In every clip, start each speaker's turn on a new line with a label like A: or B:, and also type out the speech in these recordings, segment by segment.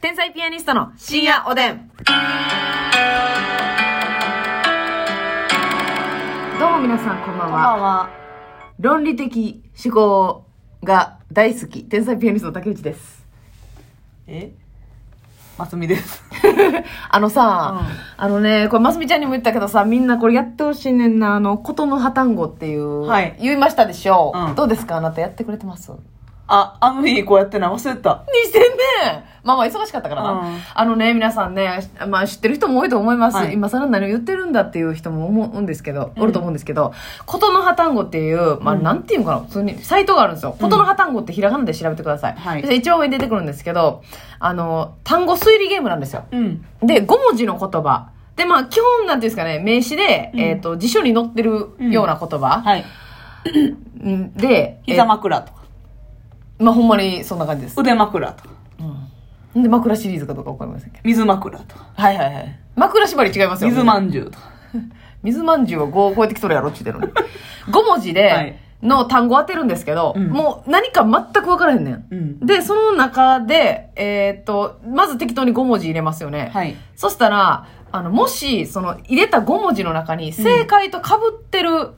A: 天才ピアニストの深夜おでん。どうも皆さん、こんばん
B: こんば
A: は。
B: んは。
A: 論理的思考が大好き、天才ピアニストの竹内です。
B: えますみです。
A: あのさ、あのね、これ、ますみちゃんにも言ったけどさ、みんなこれやってほしいねんな、あの、ことの破綻語っていう、
B: はい
A: 言いましたでしょ
B: うん
A: どうですかあなたやってくれてます
B: あ、アムにこうやってな、忘れてた。
A: にしてんねまあまあ忙しかったからな、
B: うん
A: あのね皆さんね、まあ、知ってる人も多いと思います、
B: はい
A: 今更何を言ってるんだっていう人も思うんですけど、おると思うんですけど「ことの破綻語」っていう、まあ、
B: うん
A: なんていうのかな普通にサイトがあるんですよ「ことの破綻語」ってひらがなで調べてください、
B: はい
A: そして一番上に出てくるんですけどあの単語推理ゲームなんですよ
B: うん。
A: で5文字の言葉でまあ基本なんていうんですかね名詞で、
B: うん
A: えー、と辞書に載ってるような言葉、
B: はい。
A: うんで
B: 膝
A: ま
B: 枕とか、
A: まあほんまにそんな感じです、
B: 腕枕とか、
A: うん、で枕シリーズかどうかわかりませんけど
B: 水枕とか、
A: はいはいはい。枕縛り違いますよ。
B: 水まんじゅうとか。
A: 水まんじゅうは5超えてきとるやろっちゅうてるのに。5文 字
B: はい
A: で、の単語当てるんですけど、
B: うん
A: もう何か全く分からへんねん。
B: うん。
A: で、その中で、えーっと、まず適当に5文字入れますよね。
B: はい。
A: そしたら、あの、もし、その、入れた5文字の中に、正解と被ってる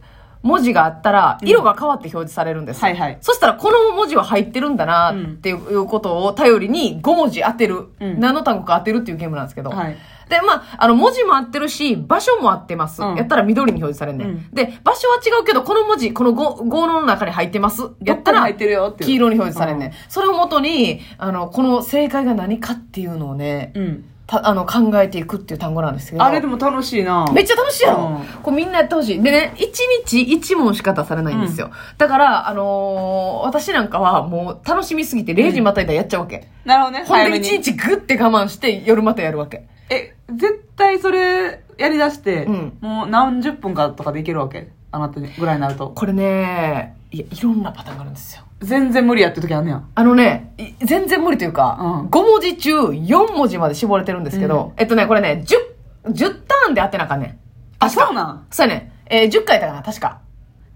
A: 文字があったら、
B: うん
A: 色が変わって表示されるんですよ。
B: はいはい
A: そしたら、この文字は入ってるんだな、っていうことを頼りに、5文字当てる、
B: うん
A: 何の単語か当てるっていうゲームなんですけど、
B: はい。
A: で、まあ、あの、文字も合ってるし、場所も合ってます。
B: うん
A: やったら緑に表示されんねん。
B: うん
A: で、場所は違うけど、この文字、この語語の中に入ってます。やった
B: どこに
A: ら
B: 入っ、てるよっていう。
A: 黄色に表示されんねん
B: う。
A: それをもとに、あの、この正解が何かっていうのをね、
B: うん。
A: たあの、考えていくっていう単語なんですけど。
B: あれでも楽しいな
A: めっちゃ楽しいやろ、
B: う
A: こうみんなやってほしい。でね、一日一問しか出されないんですよ。だから、あのー私なんかはもう楽しみすぎて0時またいだらやっちゃうわけ。
B: なるほどね。
A: ほん
B: 早
A: で
B: め
A: 一
B: に。
A: 日グッて我慢して夜またやるわけ。
B: え、絶対それ、やりだして、
A: うん
B: もう何十分かとかでいけるわけあなたぐらいになると。
A: これねいやいろんなパターンがあるんですよ
B: 全然無理やってる時あんねや。
A: あのねい全然無理というか、
B: うん
A: 5文字中4文字まで絞れてるんですけど、えっとねこれね 10, 10ターンで当てなあかんねん
B: あ、そうなん
A: そうやねん、えー10回だから確か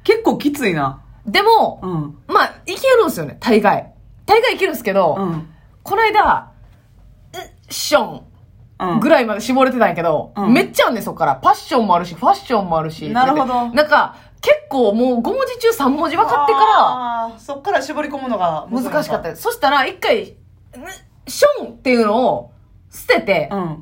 B: 結構きついな。
A: でも、
B: うん。
A: まあいけるんですよね大概大概いけるんですけど、
B: うん。
A: この間うショ
B: うん
A: ンぐらいまで絞れてたんやけど、
B: うん
A: めっちゃあんねんそっからパッションもあるしファッションもあるし
B: なるほど
A: なんか結構もう5文字中3文字分かってから
B: あーそっから絞り込むのが
A: 難しかったですそしたら一回「ション」っていうのを捨てて、
B: うん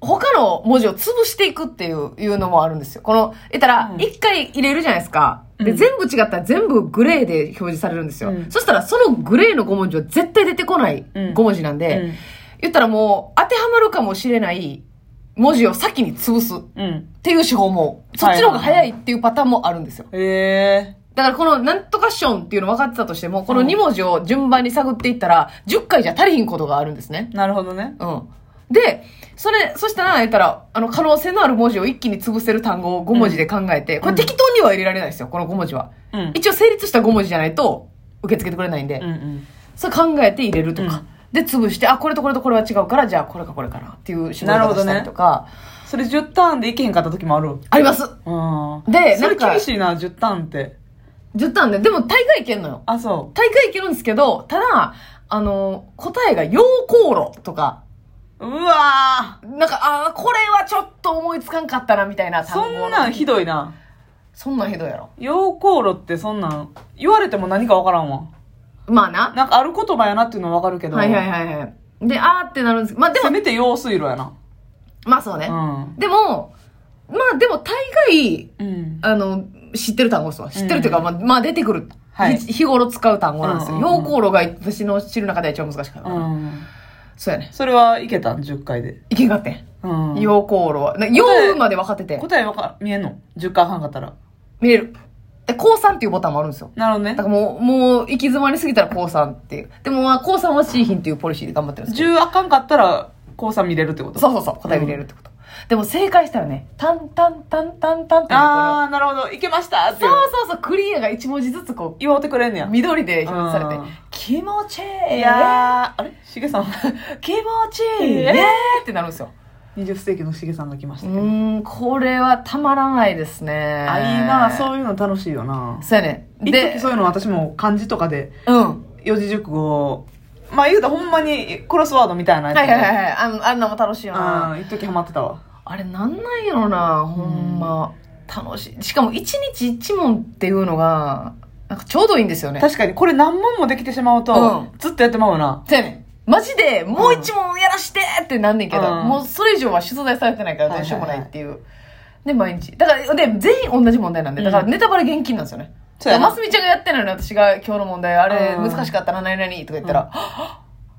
A: 他の文字を潰していくっていういうのもあるんですよこの言ったら
B: うん
A: 一回入れるじゃないですか、で
B: うん
A: 全部違ったら全部グレーで表示されるんですよ、
B: うん
A: そしたらそのグレーの5文字は絶対出てこない
B: うん
A: 5文字なんで、言ったらもう当てはまるかもしれない文字を先に潰すっ
B: うんうん
A: ていう手法もそっちの方が早いっていうパターンもあるんですよ
B: え
A: だからこのなんとかションっていうの分かってたとしても、この
B: うん
A: 2文字を順番に探っていったら、10回じゃ足りひんことがあるんですね。
B: ー、なるほどね
A: うん。で、それ、そしたら、言ったら、あの、可能性のある文字を一気に潰せる単語を5文字で考えて、これ適当には入れられないですよ、この5文字は。
B: うん
A: 一応成立した5文字じゃないと、受け付けてくれないんで、
B: うんうん
A: それ考えて入れるとか。
B: うん
A: で、潰して、あ、これとこれとこれは違うから、じゃあこれかこれかなっていう仕事
B: なるほ
A: を
B: どね
A: したりとか、
B: それ10ターンでいけへんかった時もある
A: あります。
B: うん
A: で
B: そ
A: な
B: れ
A: んか
B: 厳しいな10ターンって
A: 10ターンで、でも大概いけんのよ。
B: あそ
A: 大会いけるんですけど、ただ、あの、答えが溶鉱炉とか、
B: ううわ
A: なんか、あーこれはちょっと思いつかんかったな、みたいな
B: ーそ
A: 単語の
B: んなんひどいな
A: そんなんひどいやろ。
B: 溶鉱炉ってそんなん言われても何かわからんわ
A: まあな。
B: なんかある言葉やなっていうのはわかるけど、
A: はいはいはいはい。で、あーってなるんですまあで
B: せ
A: も、
B: めて用水路やな
A: まあそうね。
B: う
A: でも、まあでも大概、
B: んうん
A: あの、知ってる単語ですわ。知ってるというか、
B: うん
A: まあ、まあ出てくる。
B: はい
A: 日日頃使う単語なんですよ。
B: うんうんうん
A: 溶鉱炉が私の知る中では一番難しかったな。
B: うん
A: そうやね。
B: それはいけたん10回で
A: いけんかってん。
B: うん
A: 溶鉱炉は。な溶まで分かってて。
B: 答えわか見えんの10回半かったら
A: 見れる。で、高3っていうボタンもあるんですよ。
B: なるほど
A: だ
B: ね
A: からもう、もう、行き詰まりすぎたら高3っていう。でもまあ、高3は C 品っていうポリシーで頑張ってるんですけ
B: 10あかんかったら高三見れるってこ
A: ど。
B: と
A: そうそうそう、答え見れるってこと。でも正解したらね、タンタンタンタンタンっていうこの
B: ああなるほどいけましたって
A: そ
B: いうう
A: そうそう、クリアが1文字ずつこ
B: 言われてくれんね
A: う、
B: や
A: 緑で表示され
B: う
A: て
B: ん、
A: 気持ちいい
B: いやーあれしげさん
A: 気持ちいい
B: え
A: ねーってなるんですよ。
B: 20世紀のしげさんが来まし
A: う
B: たけど
A: ーん、これはたまらないですね。
B: あいいな
A: う。
B: そういうの楽しいよな
A: そうやね。
B: 一時
A: で
B: そ、ういうの私も漢字とかで
A: うん。
B: 四字熟語まあ言うとほんまにクロスワードみたいなやつ
A: は
B: ね、
A: いはいはいはいあのあんなんも楽しいよな、
B: うん一時ハマってたわ
A: あれなんなんやろなほんま、楽しいしかも一日一問っていうのがなんかちょうどいいんですよね
B: 確かにこれ何問もできてしまうと、ずっとやってまうな
A: そうやねんマジでもう一問やらしてってなんねんけど、
B: うん
A: もうそれ以上は出題されてないから
B: は
A: ど
B: いは
A: う
B: いはい
A: しようもないっていう。で、毎日。だから、で、全員同じ問題なんで、だから
B: うん
A: ネタバレ厳禁なんですよね。
B: そうやな
A: だからますみちゃんがやってるのに私が今日の問題、あれ
B: うん
A: 難しかったな、何々とか言ったら、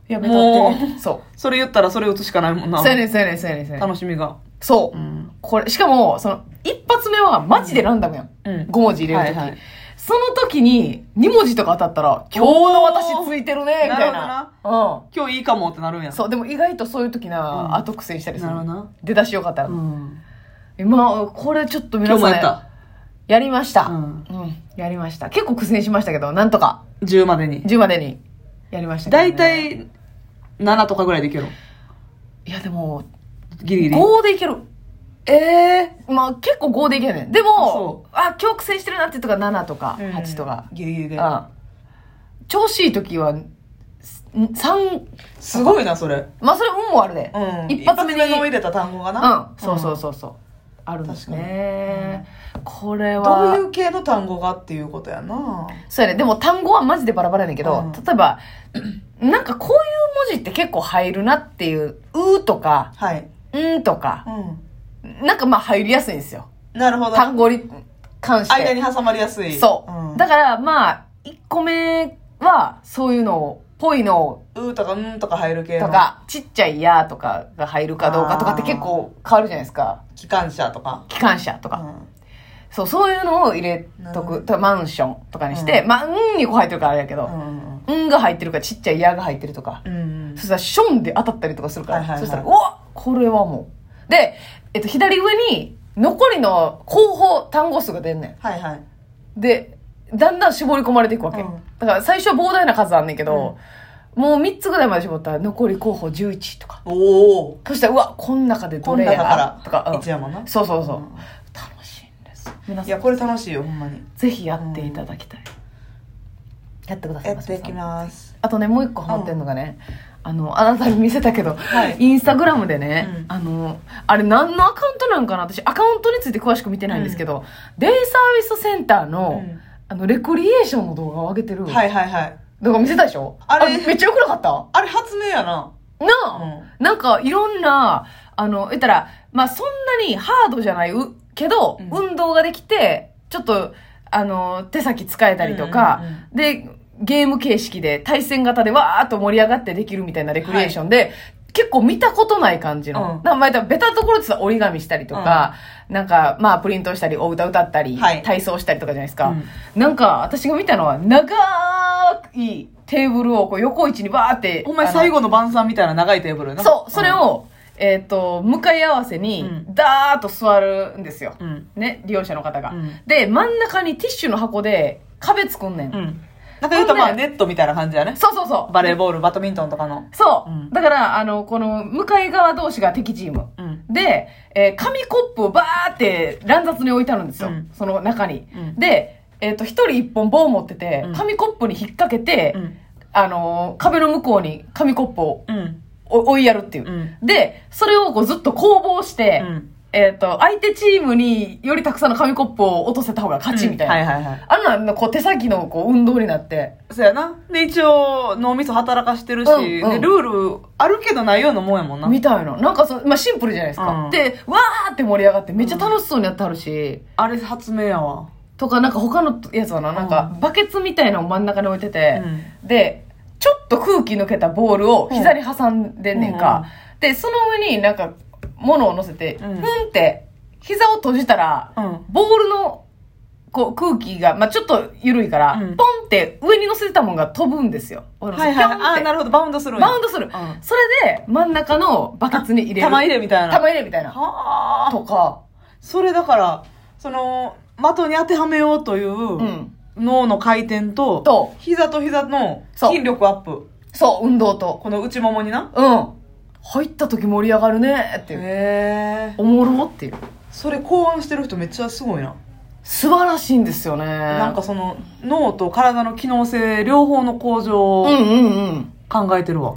A: やめた
B: も
A: っ
B: う
A: て。そ
B: それ言ったらそれ打つしかないもん
A: う。
B: な
A: そうやねん、そうやねん、そうやねん、そうやねん。
B: 楽しみが
A: そうう。
B: ん
A: これ、しかも、その、一発目はマジでランダムやん。
B: うん
A: 5文字入れるとき、
B: はいはい
A: その時に2文字とか当たったら、今日の私ついてるね、みたいな。
B: な
A: う
B: る
A: ん。
B: 今日いいかもってなるんや
A: そう、でも意外とそういう時な、
B: うん
A: 後苦戦したりする。
B: なるほどな
A: 出だしよかったら。
B: ん、
A: 今、これちょっと皆
B: 今
A: さん。
B: 日もやった
A: やりました、う
B: う
A: ん。
B: ん
A: やりました。結構苦戦しましたけど、なんとか、
B: 10までに
A: 10までにやりましたけどね、
B: 大体7とかぐらいでいける
A: いや、でも、
B: ギリギリ
A: 5でいける。
B: ええ
A: まあ、結構5でいけるねん。でも、あ、今日苦戦してるなっていうとか7とか
B: うん
A: 8とか。
B: ギリギリで
A: あ調子いい時は、3、
B: すごいなそれ、
A: まあ、それ運もあるで。一発目に。
B: の入れた単語がな
A: うん、そうそうそうそう。あるんですね。これ
B: うん
A: は。
B: う系の単語がっていうことやな
A: そうやね。でも単語はマジでバラバラやねんけど、
B: うん
A: 例えば、 なんかこういう文字って結構入るなっていう、うーとか、
C: はい。
A: んとか
C: う、ん。
A: なんかまあ入りやすいんですよ。
C: なるほど。
A: 単語に関して。
C: 間に挟まりやすい。
A: そう、
C: うん、
A: だからまあ、1個目はそういうのを、ぽいの
C: うーとかうんとか入る系
A: と
C: の。。
A: か、ちっちゃいやとかが入るかどうかとかって結構変わるじゃないですか。
C: 機関車とか。
A: 機関車と
C: う
A: か。
C: ん。
A: そう、そういうのを入れ
C: なる
A: と
C: ほど
A: く。ただマンションとかにして、まあ、うんにこう入ってるからあれやけど、
C: うん。
A: うんが入ってるかちっちゃい「や」が入ってるとか、
C: うん
A: そ。したら「ション」で当たったりとかするから、
C: はいはいはい
A: そしたら「うわこれはもう」で、えっと、左上に残りの後方単語数が出んね
C: はいはい。
A: んでだんだん絞り込まれていくわけ、
C: うん
A: だから最初は膨大な数あんねんけど、もう3つぐらいまで絞ったら残り候補11とか
C: おお。
A: そしたら「うわこの中でど
C: この
A: れや
C: 中から。
A: とか、うん
C: 一山な。
A: そうそうそう、
C: うん
A: 楽しいんです皆
C: い
A: さ
C: や、
A: ん
C: これ楽しいよ、ほんまに。
A: ぜひやっていただきたい、やってください
C: やっていきます。
A: あとねもう一個ハマってんのがね、あのあなたに見せたけど、
C: はい
A: インスタグラムでね、
C: うん
A: あのあれ何のアカウントなんかな私アカウントについて詳しく見てないんですけど、デイサービスセンター
C: う
A: の,、
C: ん。
A: あのレクリエーションの動画を上げてる、
C: はいはいはい。
A: 動画見せたでしょ
C: あれ
A: めっちゃよくなかった
C: あれ発明やな。
A: な
C: う
A: あ、
C: ん。
A: なんかいろんなあの言ったらまあそんなにハードじゃないうけど、
C: うん
A: 運動ができてちょっとあの手先使えたりとか、
C: うんうんうん
A: で、ゲーム形式で対戦型でわーっと盛り上がってできるみたいなレクリエーションで、結構見たことない感じの。
C: うん
A: なんか前言ったらベタなところって言ったら折り紙したりとか、なんかまあプリントしたり、お歌歌ったり、
C: はい
A: 体操したりとかじゃないですか。
C: うん
A: なんか私が見たのは長いテーブルをこう横位置にバーって。
B: お前
A: あの
B: 最後の晩餐みたいな長いテーブルやな
A: そう、それ、を、えっ、と、向かい合わせに
B: う、
A: ダーッと座るんですよ。
B: うんうん
A: ね、利用者の方が、
B: うん
A: で、真ん中にティッシュの箱で壁作んねん。
B: うん、なんか言うとまあネットみたいな感じやね
A: そうそうそう。
B: バレーボールバドミントンとかの
A: そう、
B: うん
A: だから、あの、この、向かい側同士が敵チーム。
B: うん
A: で、えー紙コップをバーって乱雑に置いてあるんですよ。
B: うん
A: その中に。
B: うん
A: で、えっ、と、一人一本棒を持ってて
B: う、ん
A: 紙コップに引っ掛けて、
B: うん
A: あのー壁の向こうに紙コップを
B: うん
A: お追いやるっていう。
B: うん
A: で、それをこうずっと攻防して、
B: うん
A: えっ、と、相手チームによりたくさんの紙コップを落とせた方が勝ちみたいな。
B: はいはいはい
A: あんなんのこう手先のこう運動になって。
B: そうやな。で、一応、脳みそ働かしてるし、
A: うんうん
B: で、ルールあるけどないようなもんやもんな。
A: みたいな。なんかそ、まあ、シンプルじゃないですか。
B: うん
A: で、わーって盛り上がって、めっちゃ楽しそうにやってはるし、
B: あれ発明やわ。
A: とか、なんか他のやつはな、なんか、バケツみたいなのを真ん中に置いてて、で、ちょっと空気抜けたボールを膝に挟んでんねんか。で、その上になんか、物を乗せて、ふ、
B: うん
A: んって、膝を閉じたら、
B: うん
A: ボールの、こう、空気が、まあ、ちょっと緩いから、
B: うん
A: ポンって上に乗せてたもんが飛ぶんですよ。はい
B: はいはい。ああ、なるほど。バウンドするんや
A: バウンドする、
B: ん
A: それで真ん中のバケツに入れる
B: 玉入れみたいな。
A: 玉入れみたいな
B: はあ。
A: とか
B: それだから、その、的に当てはめようという、
A: うん
B: 脳の回転と、
A: と
B: 膝と膝の
A: そう
B: 筋力アップ。
A: そう運動と
B: この内ももにな。
A: うん入った時盛り上がるねっていう
B: へえ。
A: おもろっていう
B: それ考案してる人めっちゃすごいな。
A: 素晴らしいんですよね
B: なんかその、脳と体の機能性両方の向上を
A: うんうんうん
B: 考えてるわ。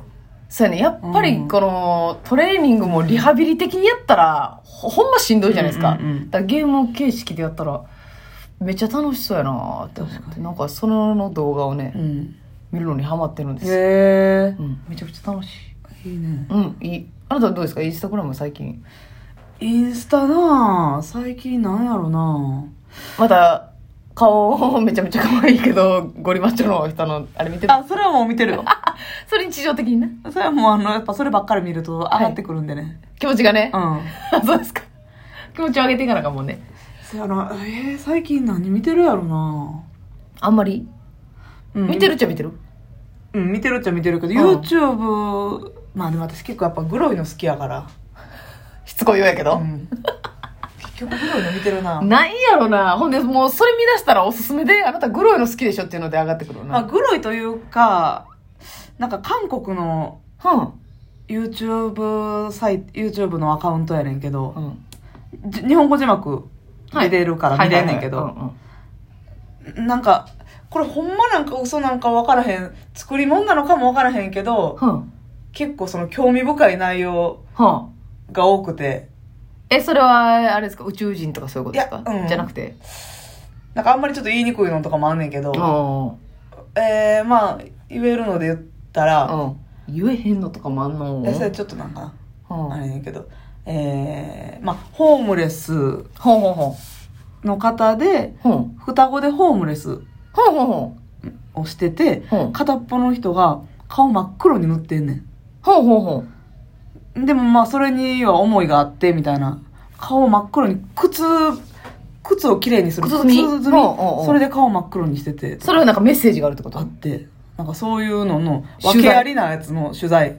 A: そうやね。やっぱり、この、トレーニングもリハビリ的にやったら、ほほんましんどいじゃないですか。
B: うんうんうん
A: だからゲーム形式でやったら、めっちゃ楽しそうやなって思って。なんか、その動画をね、
B: うん。
A: 見るのにハマってるんですよ。
B: へ
A: うん、めちゃくちゃ楽しい。
B: え。いいね。
A: うん、いい。あなたはどうですかインスタグラム最近。
B: インスタなあ最近なんやろな
A: また、顔、めちゃめちゃ可愛いけど、ゴリマッチョの人の、あれ見てた。
B: あ、それはもう見てる よ。
A: それ日常的にね。
B: それはもうあの、やっぱそればっかり見ると上がってくるんでね。
A: 気持ちがね。
B: うん。
A: そうですか。気持ちを上げていかなあかんもんね。
B: そやな、えー、最近何見てるやろな
A: あんまり
B: うん
A: 見てるっちゃ見てる、
B: うん、見てるっちゃ見てるけど、
A: ん
B: YouTube、まあでも私結構やっぱグロいの好きやから。
A: しつこいようやけど。
B: ん。
C: 結局ひどいの見てるな
A: ないやろな。ほんで、もうそれ見出したらおすすめで、あなたグロいの好きでしょっていうので上がってくる
B: まあ
A: な。
B: グロいというか、なんか韓国の
A: は
B: YouTube サイト、YouTube のアカウントやねんけど
A: ん。、うん。
B: じ日本語字幕
A: はい
B: 出てるから見れんねん
A: はい
B: け
A: はい
B: ど、
A: はいうん
B: なんか、これほんまなんか嘘なんかわからへん、作り物なのかもわからへんけど、
A: うん。は
B: 結構その興味深い内容
A: あはあ
B: が多くて、
A: え、それは、あれですか宇宙人とかそういうことですか
B: いやうん
A: じゃなくて。
B: なんかあんまりちょっと言いにくいのとかもあんねんけど、
A: あ
B: えー、まあ、言えるので言ったら、
A: あ。うん。言えへんのとかもあんの
B: えそれちょっとなんか
A: ほ
B: な、あ
A: う
B: れねんけど、えー、まあ、ホームレス
A: ほうほ
B: の方で、
A: う。ほう。
B: 双子でホームレス
A: ほうほうほ
B: をしてて、
A: うん
B: 片っぽの人が顔真っ黒に塗ってんね
A: う。ほうほうほう。
B: ん。でもまあ、それには思いがあって、みたいな。顔真っ黒に、靴、靴をきれいにする。
A: 靴墨
B: 靴
A: おうおうおう
B: それで顔真っ黒にしてて、
A: それはなんかメッセージがあるってこと
B: あって、なんかそういうのの、
A: 取材
B: 訳ありなやつの取材。